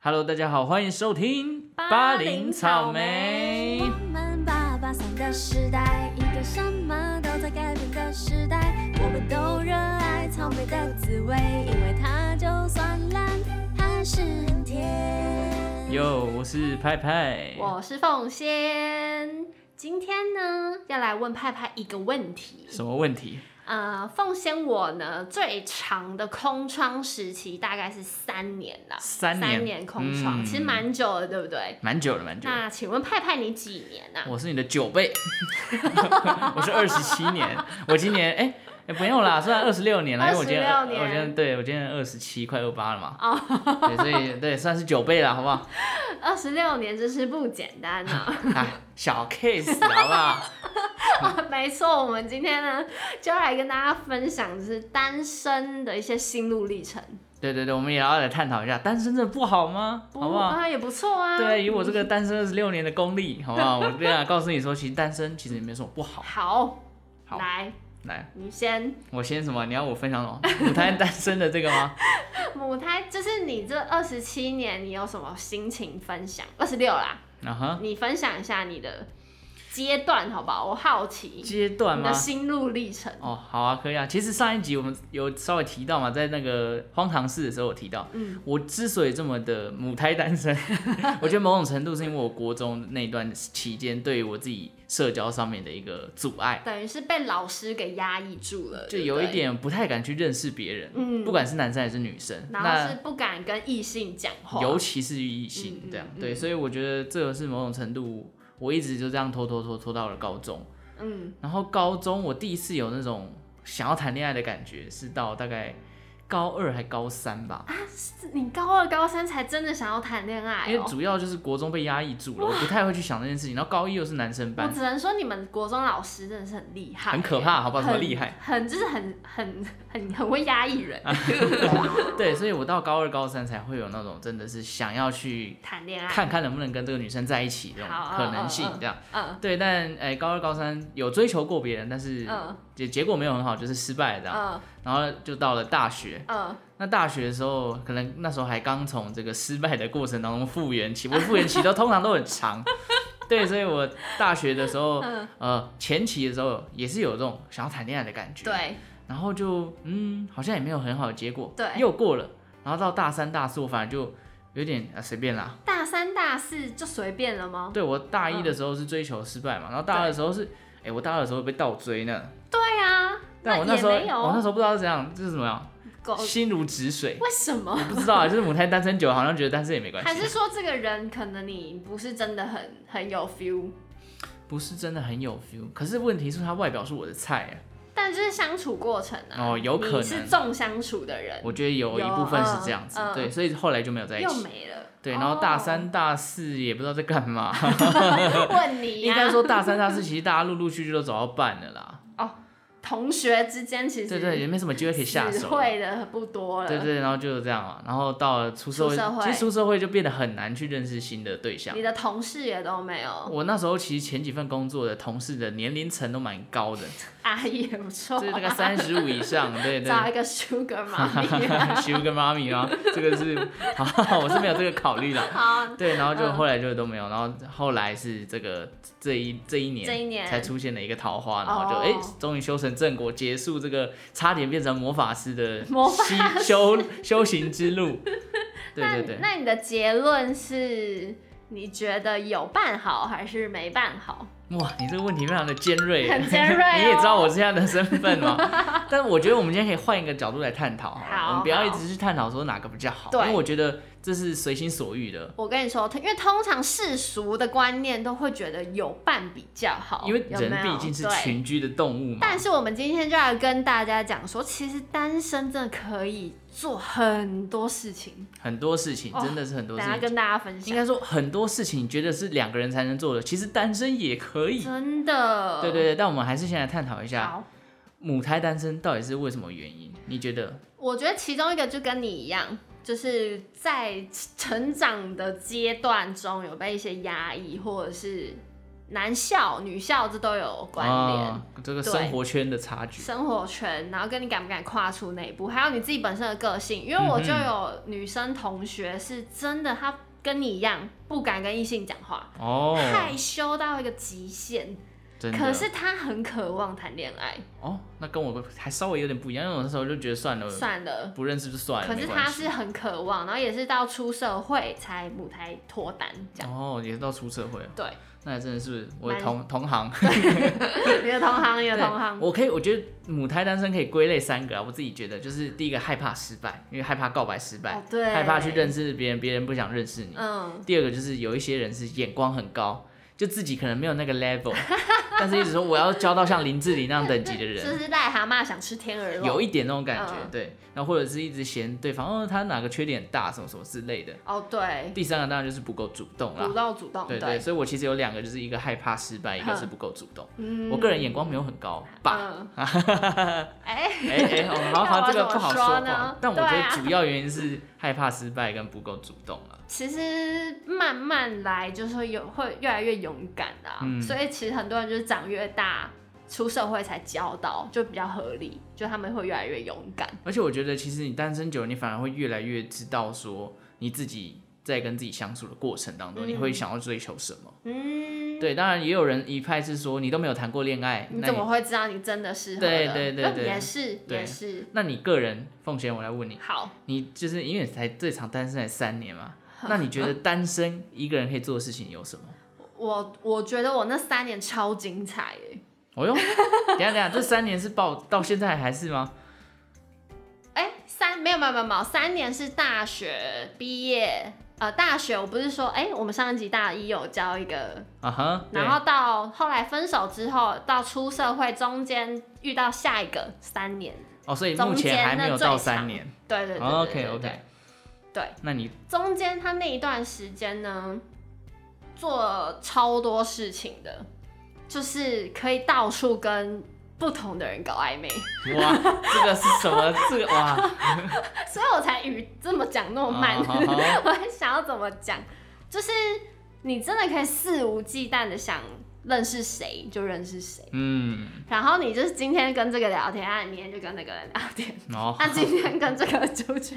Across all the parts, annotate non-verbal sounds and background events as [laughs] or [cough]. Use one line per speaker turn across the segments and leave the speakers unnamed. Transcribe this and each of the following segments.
Hello，大家好，欢迎收听
零
草莓
我。们八八三的时代，一个什么都在改变的时代，我们都热爱草莓的滋味，因为它就算烂，还是很甜。
哟，我是派派。
我是凤仙，今天呢要来问派派一个问题。
什么问题？
呃，凤仙我呢最长的空窗时期大概是三年啦，
三年
三年空窗，
嗯
其实蛮久了，对不对？
蛮久了，蛮久了。
那请问派派你几年啊？
我是你的九倍， [laughs] 我是二十七年，我今年哎。哎，不用啦，虽然二十六年了，因为我今天
26年
我今天对我今年二十七，快二八了嘛，
哦，
对，所以对算是九倍了，好不好？
二十六年真是不简单啊！ [laughs]
啊，小 case 好不好？
没错，我们今天呢就要来跟大家分享，就是单身的一些心路历程，
对对对，我们也要来探讨一下，单身真的不好吗？好不好？
啊也不错啊。
对，以我这个单身二十六年的功力，好不好？我这样告诉你说，其实单身其实也没什么不好。
好，
好
来，
来，
你先。
我先什么？你要我分享什么？母胎单身的这个吗？
母胎就是你这二十七年，你有什么心情分享？二十六啦，
啊哈，
你分享一下你的阶段好不好？我好奇
阶段
你
吗
的？心路历程。
哦，好啊，可以啊。其实上一集我们有稍微提到嘛，在那个荒唐事的时候有提到，
嗯，
我之所以这么的母胎单身， [laughs] 我觉得某种程度是因为我国中那段期间对于我自己社交上面的一个阻碍，
等于是被老师给压抑住了，
就
对不
有一
对。
点不太敢去认识别人，
嗯
不管是男生还是女生，
然后
那
是不敢跟异性讲话，
尤其是异性
啊嗯
这样，
嗯
对，
嗯
所以我觉得这个是某种程度，我一直就这样拖拖拖拖到了高中。
嗯，
然后高中我第一次有那种想要谈恋爱的感觉，是到大概高二还高三吧，
是你高二高三才真的想要谈恋爱
因为
哦。
主要就是国中被压抑住了，我不太会去想这件事情。然后高一又是男生
我
班，
只能说你们国中老师真的是很厉害，
很可怕，好不好？
很，
什么厉害？
很就是很很很很会压抑人，
啊对，所以我到高二高三才会有那种真的是想要去
谈恋爱。嗯
看看能不能跟这个女生在一起这种
好
可能性
嗯嗯，
这样。
嗯
对，但哎、高二高三有追求过别人，但是
嗯
结结果没有很好，就是失败了这样。
嗯
然后就到了大学，
嗯，
那大学的时候，可能那时候还刚从这个失败的过程当中复原期，我复原期都通常都很
[laughs]
长，对，所以我大学的时候，
嗯
呃，前期的时候也是有这种想要谈恋爱的感觉，，
对，
然后就嗯，好像也没有很好的结果，
对
又过了，然后到大三、大四，我反而就有点呃随便啦，
大三大四就随便了吗？
对我大一的时候是追求失败嘛，然后大二的时候
嗯
是，哎、我大二的时候被倒追呢，
对啊，
但我那
也
时候
没有，
我那时候不知道是怎样，就是怎么样，
狗
心如止水。
为什么？
不知道啊，就是母胎单身久，了，好像觉得单身也没关系。
还是说这个人可能你不是真的很很有 feel，
不是真的很有 feel，可是问题是他外表是我的菜、
但就是相处过程啊，
哦有可能
你是重相处的人，
我觉得有一部分是这样子，
有嗯嗯
对，所以后来就没有在一
又
起。
没了。
对，然后大三、
哦、
大四也不知道在干嘛，
问 [laughs] 你、
[laughs]
啊呀
应该说大三、大四其实大家陆陆续续都找到伴了
[laughs]
啦，
同学之间其实
对对，也没什么机会可以下
只
手，
会的不多了。
对对，然后就这样啊，然后到了出社会，
出社会
其实出社会就变得很难去认识新的对象
你。的同事也都没有，
我那时候其实前几份工作的同事的年龄层都蛮高的，
阿姨啊也不错
就，是大
[laughs]
概三十五以上，对对，
找一
[laughs]
个 sugar
哈哈
mommy
哈 Sugar Mommy 啊，这个是，好， [laughs] 我是没有这个考虑的。
好，
[laughs]
嗯
对，然后就后来就都没有，然后后来是这个这一这一年，
这一年
才出现了一个桃花，然后就
哦
哎，终于修成正果，结束这个差点变成魔法师的
魔法
西修修行之路。对对对，
那那你的结论是，你觉得有办好还是没办好？
哇，你这个问题非常的尖锐，
很尖锐哦
[laughs] 你也知道我现在的身份嘛？但我觉得我们今天可以换一个角度来探讨好了，
好
我们不要
好
一直去探讨说哪个比较好，因
对
为我觉得这是随心所欲的。
我跟你说，因为通常世俗的观念都会觉得有伴比较好，
因为
有
人
没有
毕竟是
对
群居的动物嘛。
但是我们今天就要跟大家讲说，其实单身真的可以做很多事情，
很多事情
哦
真的是很多
等
事
下
情，
跟大家分
应
享。
该说很多事情，你觉得是两个人才能做的，其实单身也可以。
真的，
嗯对对啊对，但我们还是先来探讨一下
好，
母胎单身到底是为什么原因？你觉得？
我觉得其中一个就跟你一样，就是在成长的阶段中有被一些压抑，或者是男校、女校这都有关联。
啊，这个
对
生活圈的差距，
生活圈，然后跟你敢不敢跨出那一步，还有你自己本身的个性。因为我就
嗯哼
有女生同学是真的，她跟你一样不敢跟异性讲话，
哦，
害羞到一个极限。
真的。
可是她很渴望谈恋爱，
哦，那跟我还稍微有点不一样，因为我那时候就觉得算了，
算了。
不认识就算了，
可
没
是
关
她
系
是很渴望，然后也是到出社会才母胎脱单这
[laughs]
样。
哦，也是到出社会了，
对，
那还真的是我的
蛮
同同行，
你的同行，你的
对
同行，
我可以，我觉得母胎单身可以归类三个啊，我自己觉得就是第一个害怕失败，因为害怕告白失败，
哦对
害怕去认识别人，别人不想认识你。
嗯，
第二个就是有一些人是眼光很高，就自己可能没有那个 level，但 [laughs] 是一直说我要交到像林志玲那样等级的
就
人。
[laughs] 是癞蛤蟆想吃天鹅肉，
有一点那种感觉，
嗯
对，然后或者是一直嫌对方，哦，他哪个缺点大，什么什么之类的。
哦，对，
第三个当然就是不够主动啦
主，动主动，
对对，所以我其实有两个，就是一个害怕失败，一个是不够主动。
嗯
我个人眼光没有很高吧？
嗯， [laughs] 哎、
哎哎，
[laughs]
哦好好，
要
这
我
个
怎么
不好
说
话
呢
但我觉
对
得
啊
主要原因是害怕失败跟不够主动啊了。
其实慢慢来就是会有会越来越勇敢的、啊，
嗯
所以其实很多人就是长越大出社会才交到，就比较合理，就他们会越来越勇敢。
而且我觉得，其实你单身久了，你反而会越来越知道说你自己在跟自己相处的过程当中，
嗯
你会想要追求什么。
嗯，
对，当然也有人一派是说你都没有谈过恋爱，
你
那
怎
你
么会知道你真的适合的？
对对对
呃
对
也是
对
也是。
那你个人，凤贤，我来问你，
好，
你就是因为你才最长单身才三年
[laughs]
嘛，那你觉得单身一个人可以做的事情有什么？
我我觉得我那三年超精彩耶
哦哟，等一下等一下，这三年是报到现在还是吗？
哎、三没有没有没有没有，三年是大学毕业，呃，大学我不是说，哎、我们上一集大一有教一个
啊哈，对
然后到后来分手之后，到出社会中间遇到下一个三年，
哦，所以目
中
前
间
还没有
那最
到三
长
年。
对对对
哦
对
OK
对对
OK，
对，
那你
中间他那一段时间呢，做了超多事情的，就是可以到处跟不同的人搞暧昧， [laughs]
哇，这个是什么？这个哇，
所以我才语这么讲那么慢，
哦好好
[laughs] 我还想要怎么讲，就是你真的可以肆无忌惮的想认识谁就认识谁。
嗯，
然后你就是今天跟这个聊天，啊，明天就跟那个人聊天，
哦，
那今天跟这个人 [laughs] 出去，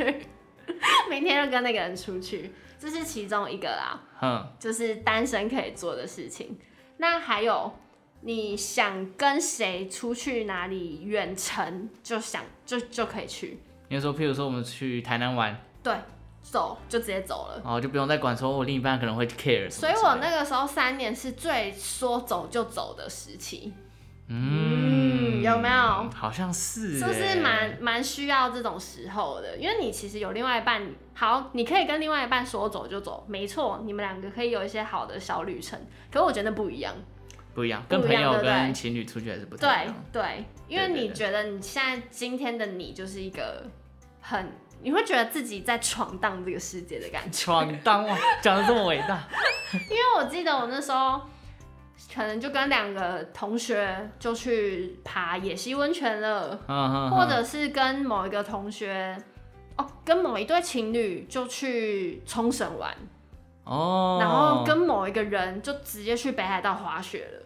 明天就跟那个人出去，这是其中一个啦，
哼，
就是单身可以做的事情。那还有，你想跟谁出去哪里远程，就想就就可以去，
你就说，譬如说我们去台南玩，
对，走就直接走了。
哦，就不用再管说我另一半可能会 care 什么之类
呃所以
的。
我那个时候三年是最说走就走的时期，
嗯，
嗯有没有
好像是，
嗯是不
欸
是蛮蛮需要这种时候的？因为你其实有另外一半，好，你可以跟另外一半说走就走，没错，你们两个可以有一些好的小旅程。可我觉得不一样，
不一样？
不一
跟
样
朋友
对不对
跟情侣出去还是不太一
对
样。
对，因为
对对
你
对
觉得你现在今天的你就是一个很，你会觉得自己在闯荡这个世界的感觉。
闯荡哇，讲的这么伟大，
因为我记得我那时候。可能就跟两个同学就去爬野溪温泉了，
嗯哼，
或者是跟某一个同学，哦，跟某一对情侣就去冲绳玩，
哦，
[laughs] 然后跟某一个人就直接去北海道滑雪了，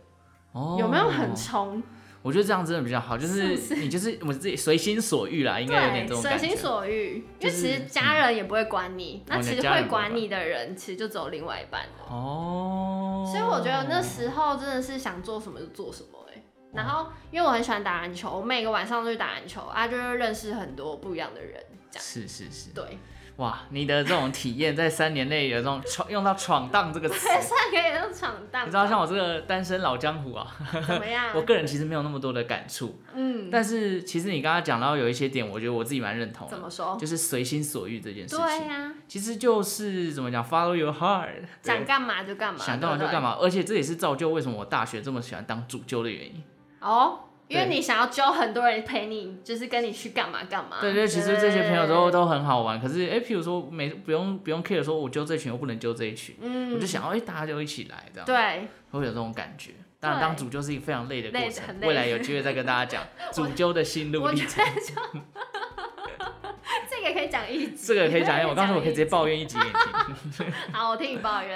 哦
有没有很冲？
我觉得这样真的比较好，就是你就是我自己随心所欲啦，应该有点这
对，
种
随
感
心
觉。
所欲，因
就
为
是嗯
其实家人也不会管你，
哦
那其
你的
实
家人
会
不会
管你的人其实就只有另外一半了。
哦，
所以我觉得那时候真的是想做什么就做什么、欸，然后，因为我很喜欢打篮球，我每个晚上都去打篮球，啊，就会认识很多不一样的人，这样
是是是， [laughs]
对， [laughs]
哇，你的这种体验在三年内有这种闯用到闯荡这个
[laughs]
词，
算可以让闯荡吧。
你知道 [laughs] 像我这个单身老江湖啊，
怎么样？
我个人其实没有那么多的感触，
嗯，
但是其实你刚刚讲到有一些点，我觉得我自己蛮认同
怎么
的，
说？
就是随心所欲哦这件事
对啊
情，
呀、
其实就是怎么讲，follow your heart，
想
对
干嘛就干嘛，
想干嘛就干
嘛。
嘛，而且这也是造就为什么我大学这么喜欢当主揪的原因。
哦，
对
因为你想要揪很多人陪你，就是跟你去干嘛干嘛。
对对，其实这些朋友都都很好玩。可是，哎，譬如说没不用不用 care，说我揪这群又不能揪这一群，
嗯
我就想，哎，大家就一起来这样，
对，
会有这种感觉。当然，
对
当主揪是一个非常累的过
累
程
很，累
未来有机会
[laughs]
再跟大家讲主揪的心路
我
历
觉
程。
得就 [laughs] 这个可以讲一集，
这个可以
[laughs]
讲一下，我告诉我可以直接抱怨一集给你听。
好，我听你抱
[laughs]
怨。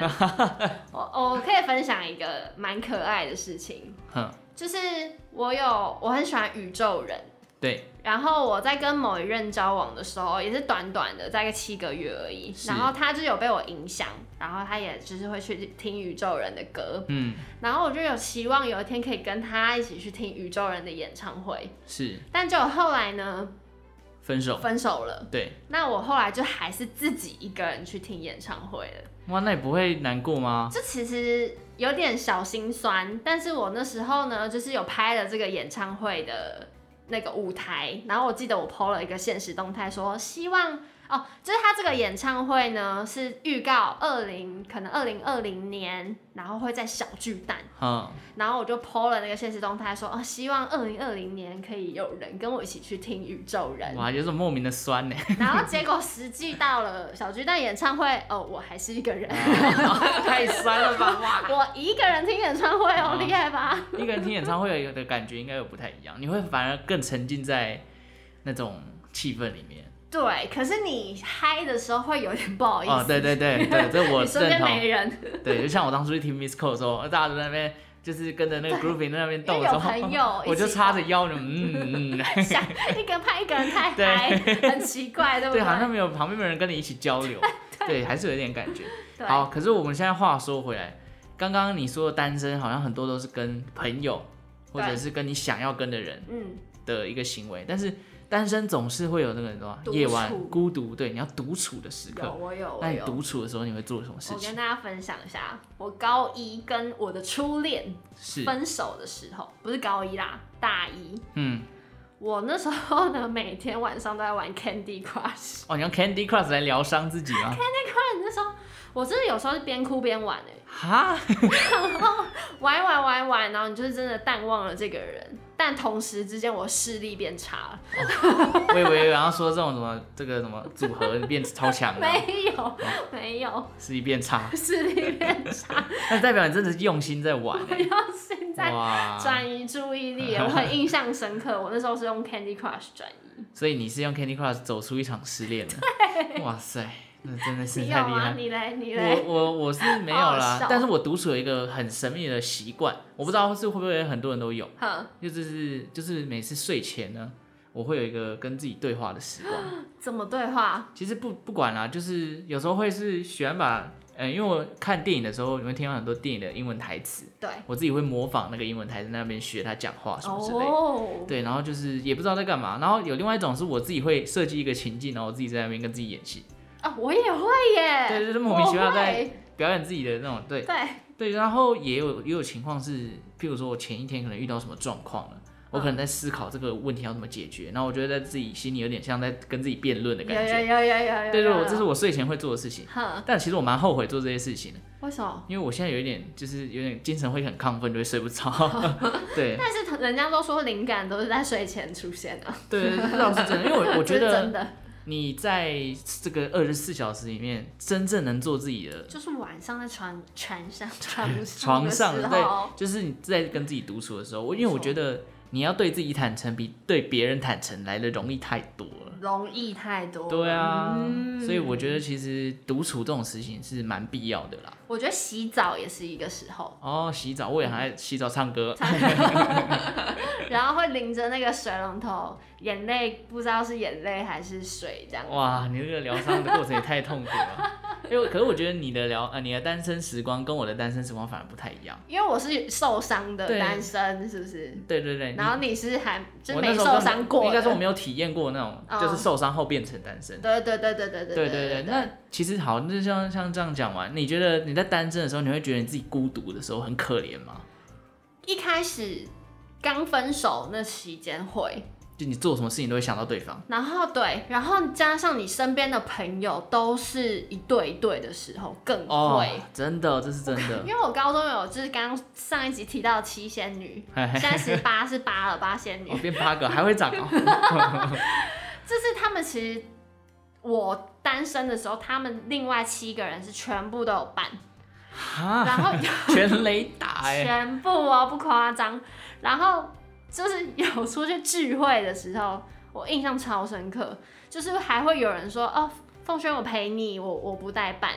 我我可以分享一个蛮可爱的事情，
哼，
就是我有我很喜欢宇宙人，
对，
然后我在跟某一任交往的时候，也是短短的，大概七个月而已。
是
然后他就有被我影响，然后他也就是会去听宇宙人的歌，
嗯，
然后我就有期望有一天可以跟他一起去听宇宙人的演唱会，
是
但就后来呢
分手，
分手了。
对，
那我后来就还是自己一个人去听演唱会了。
哇，那你不会难过吗？
这其实有点小心酸，但是我那时候呢，就是有拍了这个演唱会的那个舞台，然后我记得我 PO 了一个现实动态说，希望哦，就是他这个演唱会呢是预告二零可能二零二零年，然后会在小巨蛋，
嗯，
然后我就 PO 了那个现实动态说，哦，希望二零二零年可以有人跟我一起去听宇宙人，
哇，有种莫名的酸呢。 [laughs]
然后结果实际到了小巨蛋演唱会，哦，我还是一个人。
啊太酸了吧！哇，
[laughs] 我一个人听演唱会哦，
嗯
厉害吧？
一个人听演唱会的感觉应该又不太一样，你会反而更沉浸在那种气氛里面。
对，可是你嗨的时候会有点不好意思，
哦，对对对对，这我
[laughs] 你身
认
边
同
没。人，
对，就像我当初去听 Miss Cole 的时候，呃大家都在那边就是跟着那个 grouping 在那边
因
动
为
的时
有
候，
朋友
我就
一起
叉着腰，嗯嗯
[laughs]
嗯， [laughs]
想一个人怕一个人太
对
嗨，很奇怪，对不
对，好像没有旁边没有人跟你一起交流，对，还是有点感觉。
对
好，可是我们现在话说回来，刚刚你说的单身好像很多都是跟朋友或者
对
是跟你想要跟的人
嗯，
的一个行为，但是单身总是会有那个什么
独
夜晚
处
孤独，对，你要独处的时
有
刻。
我有我
那你
有。
独处的时候你会做什么事
我跟
情？
大家分享一下，我高一跟我的初恋
是，
分手的时候，不是高一啦，大一。
嗯，
我那时候呢，每天晚上都在玩 Candy Crush。
哦，你用 Candy Crush 来疗伤自己吗？
那那时候，我真的有时候是边哭边玩哎、
哈，
玩一玩玩一玩，然后你就是真的淡忘了这个人，但同时之间我视力变
[laughs]
差了，
我以为然后说这种什么这个什么组合变超强的，
没
哦
有没有
视力变差，
视力变差，
那代表你真的是用心在玩欸、
要现在
哇，
转移注意力，
[laughs]
啊我很印象深刻，我那时候是用 Candy Crush 转移，
所以你是用 Candy Crush 走出一场失恋的，哇塞，那真的是
你
太
有
厉
吗？
害。
你嘞你
我
嘞，
我我是没有
好好
啦
笑，
但是我独处有一个很神秘的习惯，我不知道是会不会很多人都有，
哼，
就就是就是每次睡前呢，我会有一个跟自己对话的时光。
[laughs] 怎么对话？
其实不不管啦、就是有时候会是喜欢把，嗯，因为我看电影的时候，你会听到很多电影的英文台词，
对，
我自己会模仿那个英文台词，在那边学他讲话什么之类的。
哦，
对，然后就是也不知道在干嘛。然后有另外一种是我自己会设计一个情境，然后我自己在那边跟自己演戏，
啊，我也会耶，
对就是莫名其妙
我会
在表演自己的那种。对
对，
对，然后也有也有情况是，譬如说我前一天可能遇到什么状况了。我可能在思考这个问题要怎么解决，然后我觉得在自己心里有点像在跟自己辩论的
有
感
有
觉。
有有有有，
对对，
有
我这是，我睡前会做的事情。
哼，
但其实我蛮后悔做这些事情的，
为什么？
因为我现在有一点就是有点精神会很亢奋，就会睡不
[laughs]
着。对
但是人家都说灵感都是在睡前出现的，
对，对这倒是真的，因为我我觉
这是真
得
的
你在这个二十四小时里面，真正能做自己的
就是晚上在床床上床上
床上
的时
对
候，，
就是你在跟自己独处的时候，我因为我
没错
觉得你要对自己坦诚，比对别人坦诚来的容易太多了。
容易太多。
对啊，
嗯
所以我觉得其实独处这种事情是蛮必要的啦。
我觉得洗澡也是一个时候，
哦，洗澡我也很爱洗澡唱歌，
然后会淋着那个水龙头，眼泪不知道是眼泪还是水这样。
[laughs] 哇，你这个疗伤的过程也太痛苦了。因为可是我觉得你的疗呃你的单身时光跟我的单身时光反而不太一样。
因为我是受伤的
对
单身，是不是？
对对对，你
然后你是还就是
我那
没
时候
受
根
伤
本
过的，
应该说我没有体验过那种
嗯
就是受伤后变成单身。
对对对对对对
对
对
对对，那其实好，那就像像这样讲完，你觉得你在单身的时候，你会觉得你自己孤独的时候很可怜吗？
一开始刚分手那期间会，
就你做什么事情都会想到对方，
然后对，然后加上你身边的朋友都是一对一对的时候更会。
哦，真的，这是真的
因，为我高中有就是刚刚上一集提到的七仙
[laughs]
女，
嘿嘿
现在十八是八了八仙女
我、，变八个还会长哦，
这是他们其实我单身的时候，他们另外七个人是全部都有伴，
哈， [laughs]
然后
全雷
[laughs]
打哎、
全部哦不夸张，然后就是有出去聚会的时候，我印象超深刻，就是还会有人说哦，凤轩我陪你，我我不代办，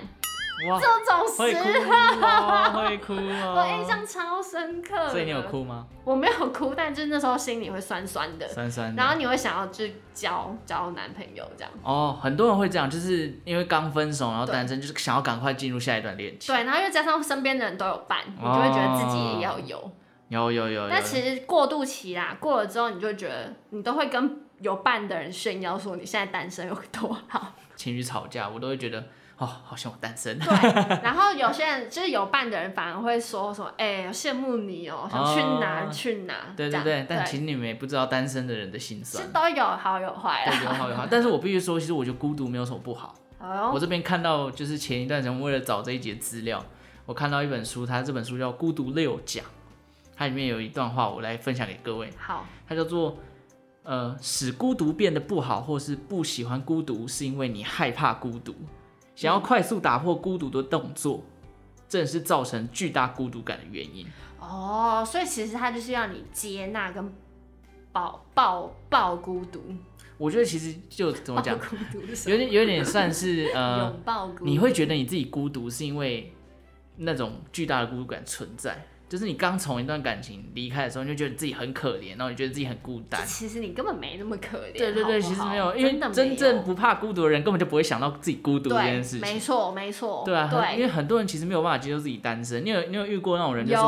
哇，
这种
会哭
时
哦，会哭
我
哦。
印象超深刻。
所以你有？哭吗？
我没有哭，但就是那时候心里会酸酸的，
酸酸的。
然后你会想要去交交男朋友这样。
哦，很多人会这样，就是因为刚分手，然后
对
单身，就是想要赶快进入下一段恋情。
对，然后又加上身边的人都有办，你就会觉得自己也要有。
有有有有。
但其实过渡期啦，过了之后，你就觉得你都会跟有伴的人炫耀说你现在单身有多
[laughs]
好。
情侣吵架，我都会觉得哦，好像我单
[laughs]
身。
对，然后有些人就是有伴的人反而会说什么，哎、羡慕你哦、想去哪、
哦
去哪。
[laughs] 对
这
对
样
对，但其
对
实你们也不知道单身的人的心酸
是。都有好有坏
对，有
啦。
好有好，但是我必须说，其实我觉得孤独没有什么不好。
哎呦
我这边看到就是前一段时间为了找这一节资料，我看到一本书，它这本书叫《孤独六讲》，它里面有一段话，我来分享给各位，
好，
它叫做呃，使孤独变得不好或是不喜欢孤独，是因为你害怕孤独，想要快速打破孤独的动作，正是造成巨大孤独感的原因。
哦，所以其实他就是要你接纳跟抱抱抱孤独，
我觉得其实就怎么
抱
讲，
孤独是什
有
么？
点有点算是呃
拥，哦抱孤独，
你会觉得你自己孤独，是因为那种巨大的孤独感存在。就是你刚从一段感情离开的时候，你就觉得自己很可怜，然后你觉得自己很孤单
这。其实你根本没那么可怜。
对对
好不
对，
好
其实没有，因
真的
为
没
真正
有
不怕孤独的人根本就不会想到自己孤独这件事
对，没
情。
错没错，
对啊，很因
对
为很多人其实没有办法接受自己单身。你有你有遇过那种人就说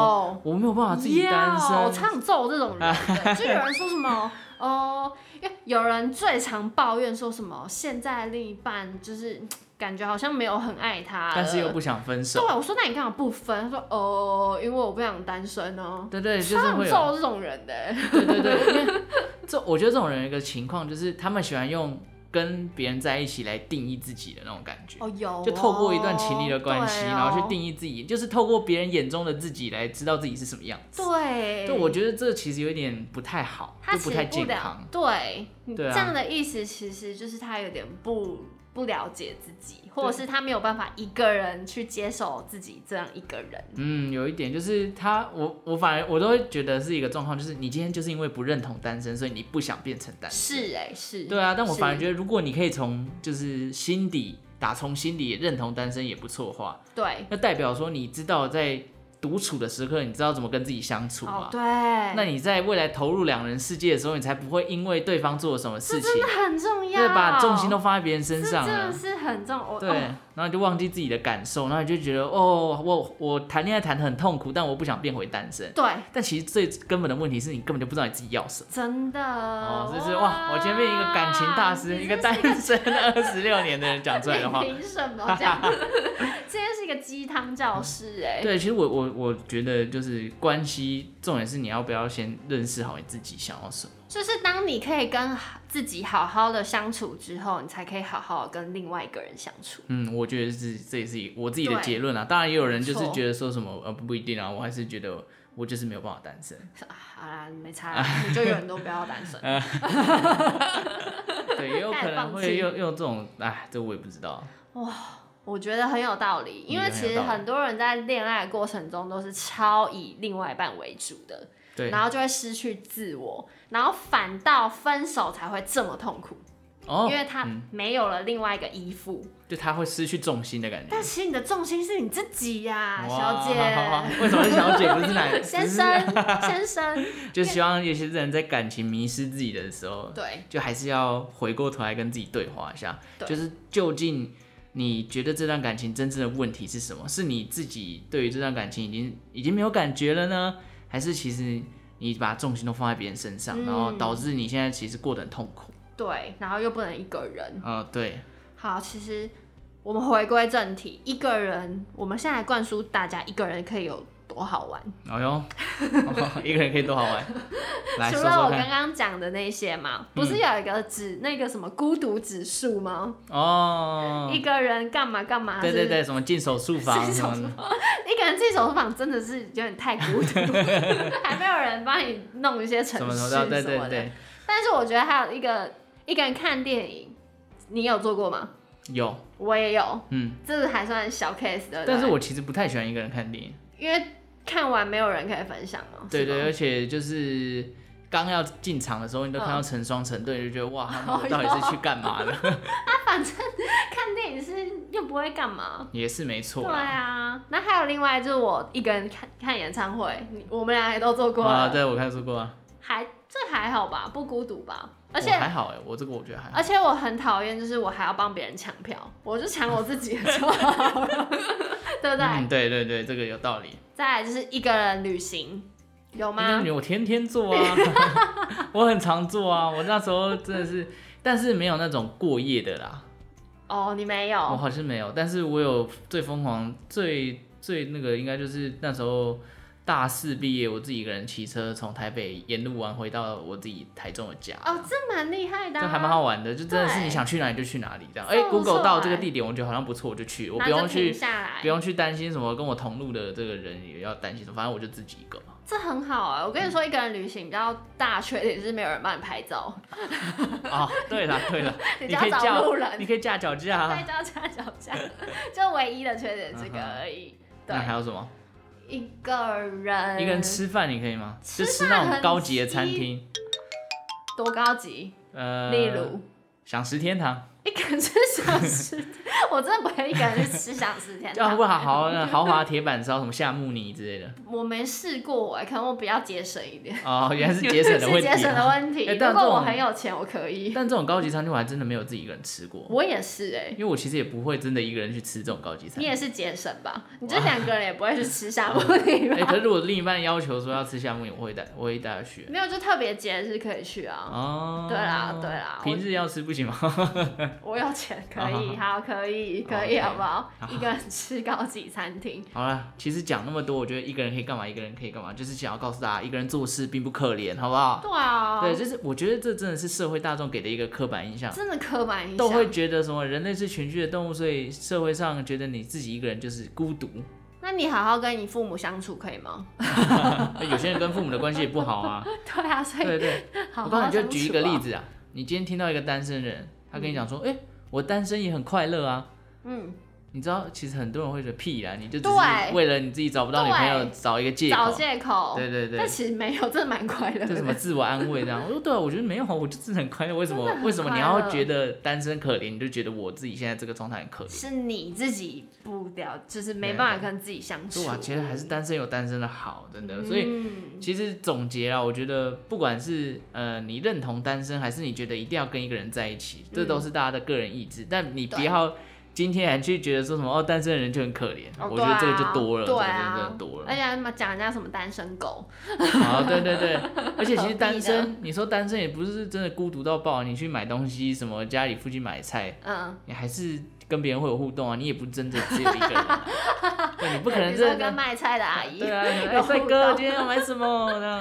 有。
我没有办法自己单身，
有唱奏这
[laughs]
种人，对就有人说什么哦，因为有人最常抱怨说什么，现在另一半就是嗯感觉好像没有很爱他了，
但是又不想分
对
手。
啊，我说那你干嘛不分？他说哦，因为我不想单身哦、
对对，就是
唱
会有。
奏这种人的、
对对对，因为这我觉得这种人有一个情况就是他们喜欢用跟别人在一起来定义自己的那种感觉。
哦有哦
[laughs] 就透过一段情侣的关系，
对哦
然后去定义自己，就是透过别人眼中的自己来知道自己是什么样子。
对，
就我觉得这其实有点不太好，
他
就不
起
太健
了
康。
对，你
对啊
这样的意思其实就是他有点不不了解自己，或者是他没有办法一个人去接受自己这样一个人。
嗯，有一点就是他，我我反而我都会觉得是一个状况，就是你今天就是因为不认同单身，所以你不想变成单身。
是哎、是。
对啊，但我反而
得
觉得，如果你可以从就是心底打从心底认同单身也不错的话，
对。
那代表说你知道在独处的时刻，你知道怎么跟自己相处
哦
嘛，？
对，
那
那
你在未来投入两人世界的时候，你才不会因为对方做了什么事情，
很重
就是
要，
把重心都放在别人身
这
上
真的
了。
是很重。我
对，
哦
然后你就忘记自己的感受，然后你就觉得哦，我我谈恋爱谈得很痛苦，但我不想变回单身。
对，
但其实最根本的问题是你根本就不知道你自己要什么。
真的。
哦，这是哇，我前面一个感情大师，
你
一个
真
单
是
身二十六年的人讲出来的话
你，凭什
[laughs]
么这样？今天是一个鸡汤教室哎、
对，其实我我我觉得就是关系，重点是你要不要先认识好你自己想要什么。
就是当你可以跟自己好好的相处之后，你才可以好好地跟另外一个人相处。
嗯，我觉得是这也是一我自己的
对
结论啊。当然也有人就
没
是
错
觉得说什么呃不不一定啊，我还是觉得我就是没有办法单身。
啊好啦，没差啦，你就永远都不要单身。
对，也有可
[laughs] 太
能
放
会
弃
用用这种，哎，这我也不知道。
我觉得很有道理，因为其实很多人在恋爱的过程中都是超以另外一半为主的，
对，
然后就会失去自我，然后反倒分手才会这么痛苦，
哦
因，为他
嗯
没有了另外一个依附。
就他会失去重心的感觉
但。其实你的重心是你自己呀、小
哇
姐、
为什么是小姐不是男
[laughs] 先？
不
生、先生，
是就希望有些人在感情迷失自己的时候，
对。
就还是要回过头来跟自己对话一下，
对
就是究竟你觉得这段感情真正的问题是什么？是你自己对于这段感情已经已经没有感觉了呢，还是其实你把重心都放在别人身上，
嗯
然后导致你现在其实过得很痛苦？
对，然后又不能一个人。
呃，对，
好，其实我们回归正题，一个人，我们现在灌输大家一个人可以有多好玩。
哎呦， [laughs] 一个人可以多好
[laughs]
玩，来
除
说
了
说
我刚
看嗯
刚讲的那些嘛，不是有一个指、那个什么孤独指数吗？
哦
一。个人干嘛干嘛？
对
是
对对，什么进手术
[laughs]
房
进
什
手
么
术
的，
一个人进手术房真的是有点太孤独，
[laughs]
还没有人帮你弄一些程
什么
序
什么
什么
的，
的。
对对对，
但是我觉得还有一个一个人看电影，你有做过吗？
有，
我也有，
嗯，
这个还算小 case 的。
但是我其实不太喜欢一个人看电影。
因为看完没有人可以分享嘛。
对对，
是吗
而且就是刚要进场的时候，你都看
嗯
到成双成对，你就觉得哇，他
[laughs]
们到底是去干嘛的？
那啊反正看电影是又不会干嘛。
也是没
对
错
[laughs]
啦。
啊，那还有另外就是我一个人看看演唱会，你我们俩也都做过
啊，
了，
对我看说过啊，
还这还好吧，不孤独吧？
我
而且
还好哎，我这个我觉得还好
而。且我很讨厌，就是我还要帮别人抢票，我就抢我自己的就好
[laughs]
了，对不对？
嗯，对对对，这个有道理。
再来就是一个人旅行，有
那
吗
你？我天天做啊， [laughs] 我很常做啊，我那时候真的是，但是没有那种过夜的啦。
哦，你
我
没有，
好像没有，但是我有最疯狂、最最那个，应该就是那时候大四毕业，我自己一个人骑车从台北沿路玩回到我自己台中的家。
哦，这蛮厉害的、
这
啊，
还蛮好玩的，就真的是你想去哪里就去哪里这样。哎、
这么
g o o g l
不错
e 到这
哎
个地点，我觉得好像不错，我就去，我
然
不
后
用
就停
去，
下来，
不用去担心什么跟我同路的这个人也要担心什么，反正我就自己一个
[laughs]
嘛。
这很好啊、我跟你
嗯
说，一个人旅行比较大缺点就是没有人帮你拍
[laughs]
照，
啊、对了对
[laughs]
了，
你
你
只
可
要
以
找
叫
路人，
你可以架脚架
再
啊。
加加脚架， [laughs] 就唯一的缺点是这个
嗯哼
而已。对
那，还有什么？
一个人，
一个人吃饭你可以吗？就
吃
吃
饭
那种
很
高级的餐
低
厅，
多高级？
呃，
例如。
享食天
[laughs]
堂。
一个人吃小吃， [laughs] 我真的不会一个人去吃小吃
[laughs]
天
要
堂
啊不。好豪那豪华铁板烧什么夏目尼之类
[laughs]
的
我没试过哎、可能我比较节省一点，
哦，原来是节省的
是
问
节
题、
省的
啊。
问题。
[laughs] 哎
如
但
果
这种
我很有钱，我可以。
但这种高级餐厅我还真的没有自己一个人吃过，
我也是哎、
因为我其实也不会真的一个人去吃这种高级餐
你
厅。
也是节省吧？你这两个人也不会去
[laughs]
吃夏目
哎、
里吧？
可是我另一半要求说要吃夏目尼，我会带，我会带他去。
没有，就特别节日可以去啊。
哦，
对啦对啦
平日要吃不行吗？ [laughs]
我有钱可以，
好
好可以可以，
嗯哦 OK
好不好？一个人吃高级餐厅，
好了，其实讲那么多，我觉得一个人可以干嘛，一个人可以干嘛，就是想要告诉大家，一个人做事并不可怜，好不好？
对啊，
对，就是我觉得这真的是社会大众给的一个刻板印象。
真的刻板印
都会
象。
觉得什么人类是群居的动物，所以社会上觉得你自己一个人就是孤独。 [laughs]
那你好好跟你父母相处可以吗？
有些人跟父母的关系也不好啊。
[laughs] 对啊，所以
对对，我
好好
刚才就
相处。
举一个例，子啊，你今天听到一个单身人，他跟你讲说，哎、我单身也很快乐啊。
嗯，
你知道，其实很多人会觉得屁啊啦，你就只
对
是为了你自己找不到女朋友
对
找一个借
找
口，
借口，
对对对
但其实没有，真的蛮快乐
就什么
的。
自我安慰这样。我说对啊，我觉得没有啊，我就真的很快乐。为什么
真的很
为什么你
快
要
乐
觉得单身可怜，你就觉得我自己现在这个状态很可怜？
是你自己不了，就是没办法跟自己相处
所以。我觉得啊还是单身有单身的好，真的。所以
嗯
其实总结啊，我觉得不管是呃你认同单身，还是你觉得一定要跟一个人在一起，这都是大家的个人意志。但你不
嗯对
要今天还去觉得说什么哦，单身的人就很可怜。
哦
我觉得这个就多了，
对
这
啊，
个真的多
而
了。
且还讲人家什么单身狗，
好，对对
[laughs]
对，而且其实
何必
单
呢
身，你说单身也不是真的孤独到爆，啊你去买东西什么，家里附近买菜，
嗯，
你还是跟别人会有互动啊，你也不真的只有一个人、
[laughs]
啊，对，你不可能
你
真
说
的
跟
跟。
卖菜的阿姨，
对啊，哎
有
帅
互
哥，
动
今天要买什么？这样。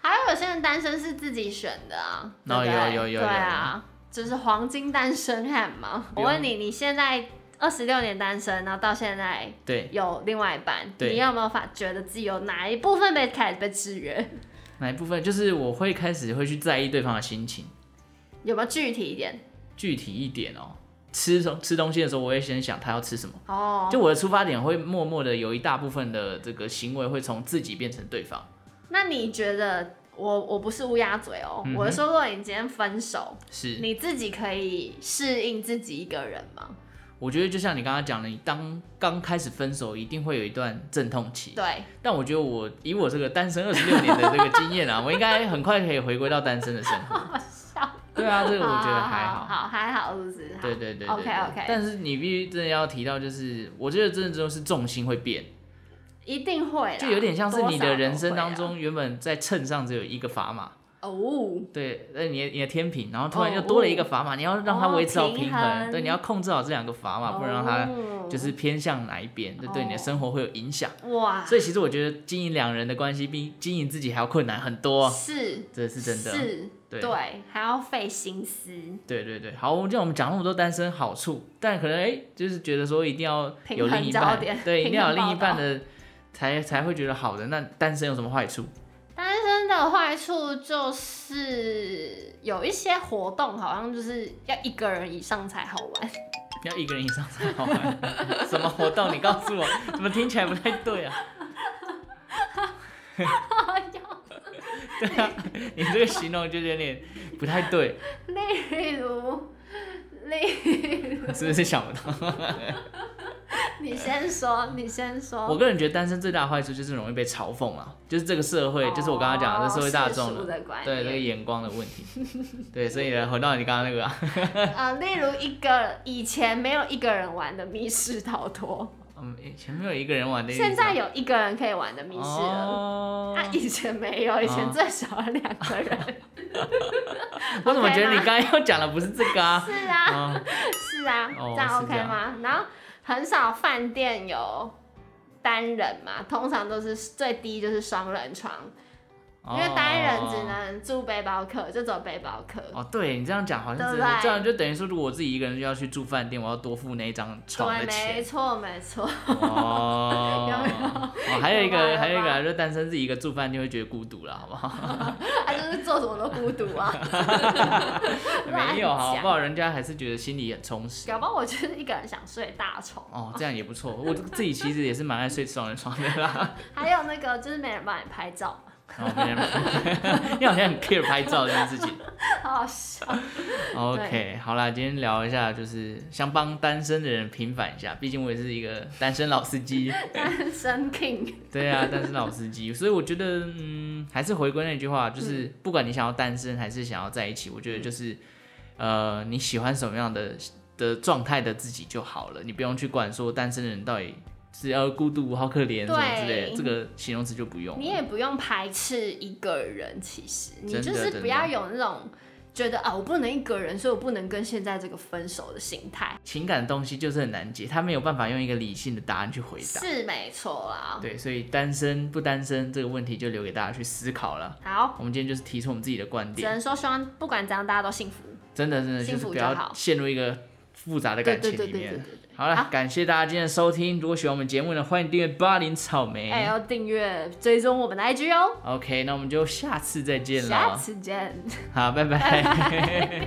还有有些人单身是自己选的啊，
哦
对不对
有有有
对啊，就是黄金单身汉嘛。我问你，你现在二十六年单身，然后到现在
对，
有另外一半，
对
你有没有发觉得自己有哪一部分被开始被制约？ [laughs]
哪一部分？就是我会开始会去在意对方的心情，
有没有具体一点？
具体一点哦。吃什吃东西的时候，我会先想他要吃什么。
哦，
就我的出发点会默默的有一大部分的这个行为会从自己变成对方。
那你觉得我我不是乌鸦嘴哦，
嗯哼
我是说，如果你今天分手，
是，
你自己可以适应自己一个人吗？
我觉得就像你刚刚讲的，你当刚开始分手，一定会有一段阵痛期。
对，
但我觉得我以我这个单身二十六年的这个经验啊，我应该很快可以回归到单身的生活。对啊，这个我觉得还
好， [laughs] 好还好是不是？好
对对对对
，OK OK，
但是你必须真的要提到，就是我觉得真的就是重心会变。
一定会啦，
就有点像是你
啊多少
的
都
人生
会啊
当中原本在秤上只有一个砝码，
哦，
对，那你的你的天平，然后突然又
哦
多了一个砝码，你要让它维持好平衡，
哦平衡哦
对，你要控制好这两个砝啊码，不能让它
它
就是偏向哪一边，这对你的生活会有影响。
哇，
所以其实我觉得经营两人的关系比经营自己还要困难很多，啊
是
这哦是真的。
是，
对
对，还要费心思，
对对对，好，我们这样我们讲那么多单身好处，但可能哎、就是觉得说一定要
平
有
衡
另一
焦
半
点， [laughs]
对，一
平
定要有
衡
另一
报
半
道
的才才会觉得好的。那单身有什么坏处？
单身的坏处就是有一些活动好像就是要一个人以上才好
[laughs]
玩，
要一个人以上才好玩。 [laughs] 什么活动？你告诉我，哦怎么听起来不太对啊？对啊，你这个形容就有点不太对，
例如，例如，
是不是想不到？
你先说，你先说。
我个人觉得单身最大的坏处就是容易被嘲讽啊，就是这个社会，就是我刚刚讲的
哦
这社会大众
世俗的观
对
念
这个眼光的问
[laughs]
题。对，所以呢，回到你刚刚那个、啊， [laughs]
呃，例如一个以前没有一个人玩的密室
[laughs]
逃脱，
嗯，前面有一个人玩的意思啊，
现在有一个人可以玩的密室了。
哦
啊，以前没有，以前
哦
最少有两个人。
我怎么觉得
OK
你
吗
刚刚要讲的不是这个啊？
是啊，
啊，
是啊，
哦
这样
是
OK
这样
吗？然后很少饭店有单人嘛，通常都是最低就是双人床， [laughs] 因为单人只
哦。
能住背包客，就走背包客。
哦，对你这样讲好像真
对不
的，
对
这样就等于说，如果我自己一个人就要去住饭店，我要多付那一张床的
对，没
钱。
错， [laughs] 没错。
哦，
有没有
哦，还有一
有吧有
个，
吧
还有一个啊，就是单身自己一个住饭店会觉得孤独了，好不
[laughs]
好？ [laughs]
他就是做什么都孤独啊，乱
没有，啊
讲
好不好？人家还是觉得心里很充实
搞。不好我就是一个人想睡大床。
哦，这样也不错。我自己其实也是蛮爱睡双人床的啦。
还有那个就是没人帮你拍照，
然后 [laughs] 没人，你好像很 care 拍照这件
[laughs]
事情。
好好笑。
OK，好啦，今天聊一下，就是想帮单身的人平反一下，毕竟我也是一个单身老司机。
单身 king，
对啊，单身老司机，所以我觉得，嗯，还是回归那句话，
嗯
就是不管你想要单身还是想要在一起，我觉得就是，呃，你喜欢什么样的的状态的自己就好了，你不用去管说单身的人到底是要孤独、好可怜什么之类的，
对
这个形容词就不用了。
你也不用排斥一个人，其实你
真的
就是不要有那种觉得啊我不能一个人，所以我不能跟现在这个分手的心态。
情感的东西就是很难解，他没有办法用一个理性的答案去回答。
是啊没错啦。
对，所以单身不单身这个问题就留给大家去思考了。
好，
我们今天就是提出我们自己的观
只
点，
能说希望不管怎样大家都幸福。
真的真的就
幸
是
福
不
就
要
好
陷入一个复杂的
对
感
对
情
对
里
对对对
面。
对。
好了
好，
感谢大家今天的收听。如果喜欢我们节目呢，欢迎订阅《八零草莓
哎、》。要订阅追踪我们的 IG 哦，
OK，那我们就下次再见
下
了。
次见。 [laughs]
好，拜拜。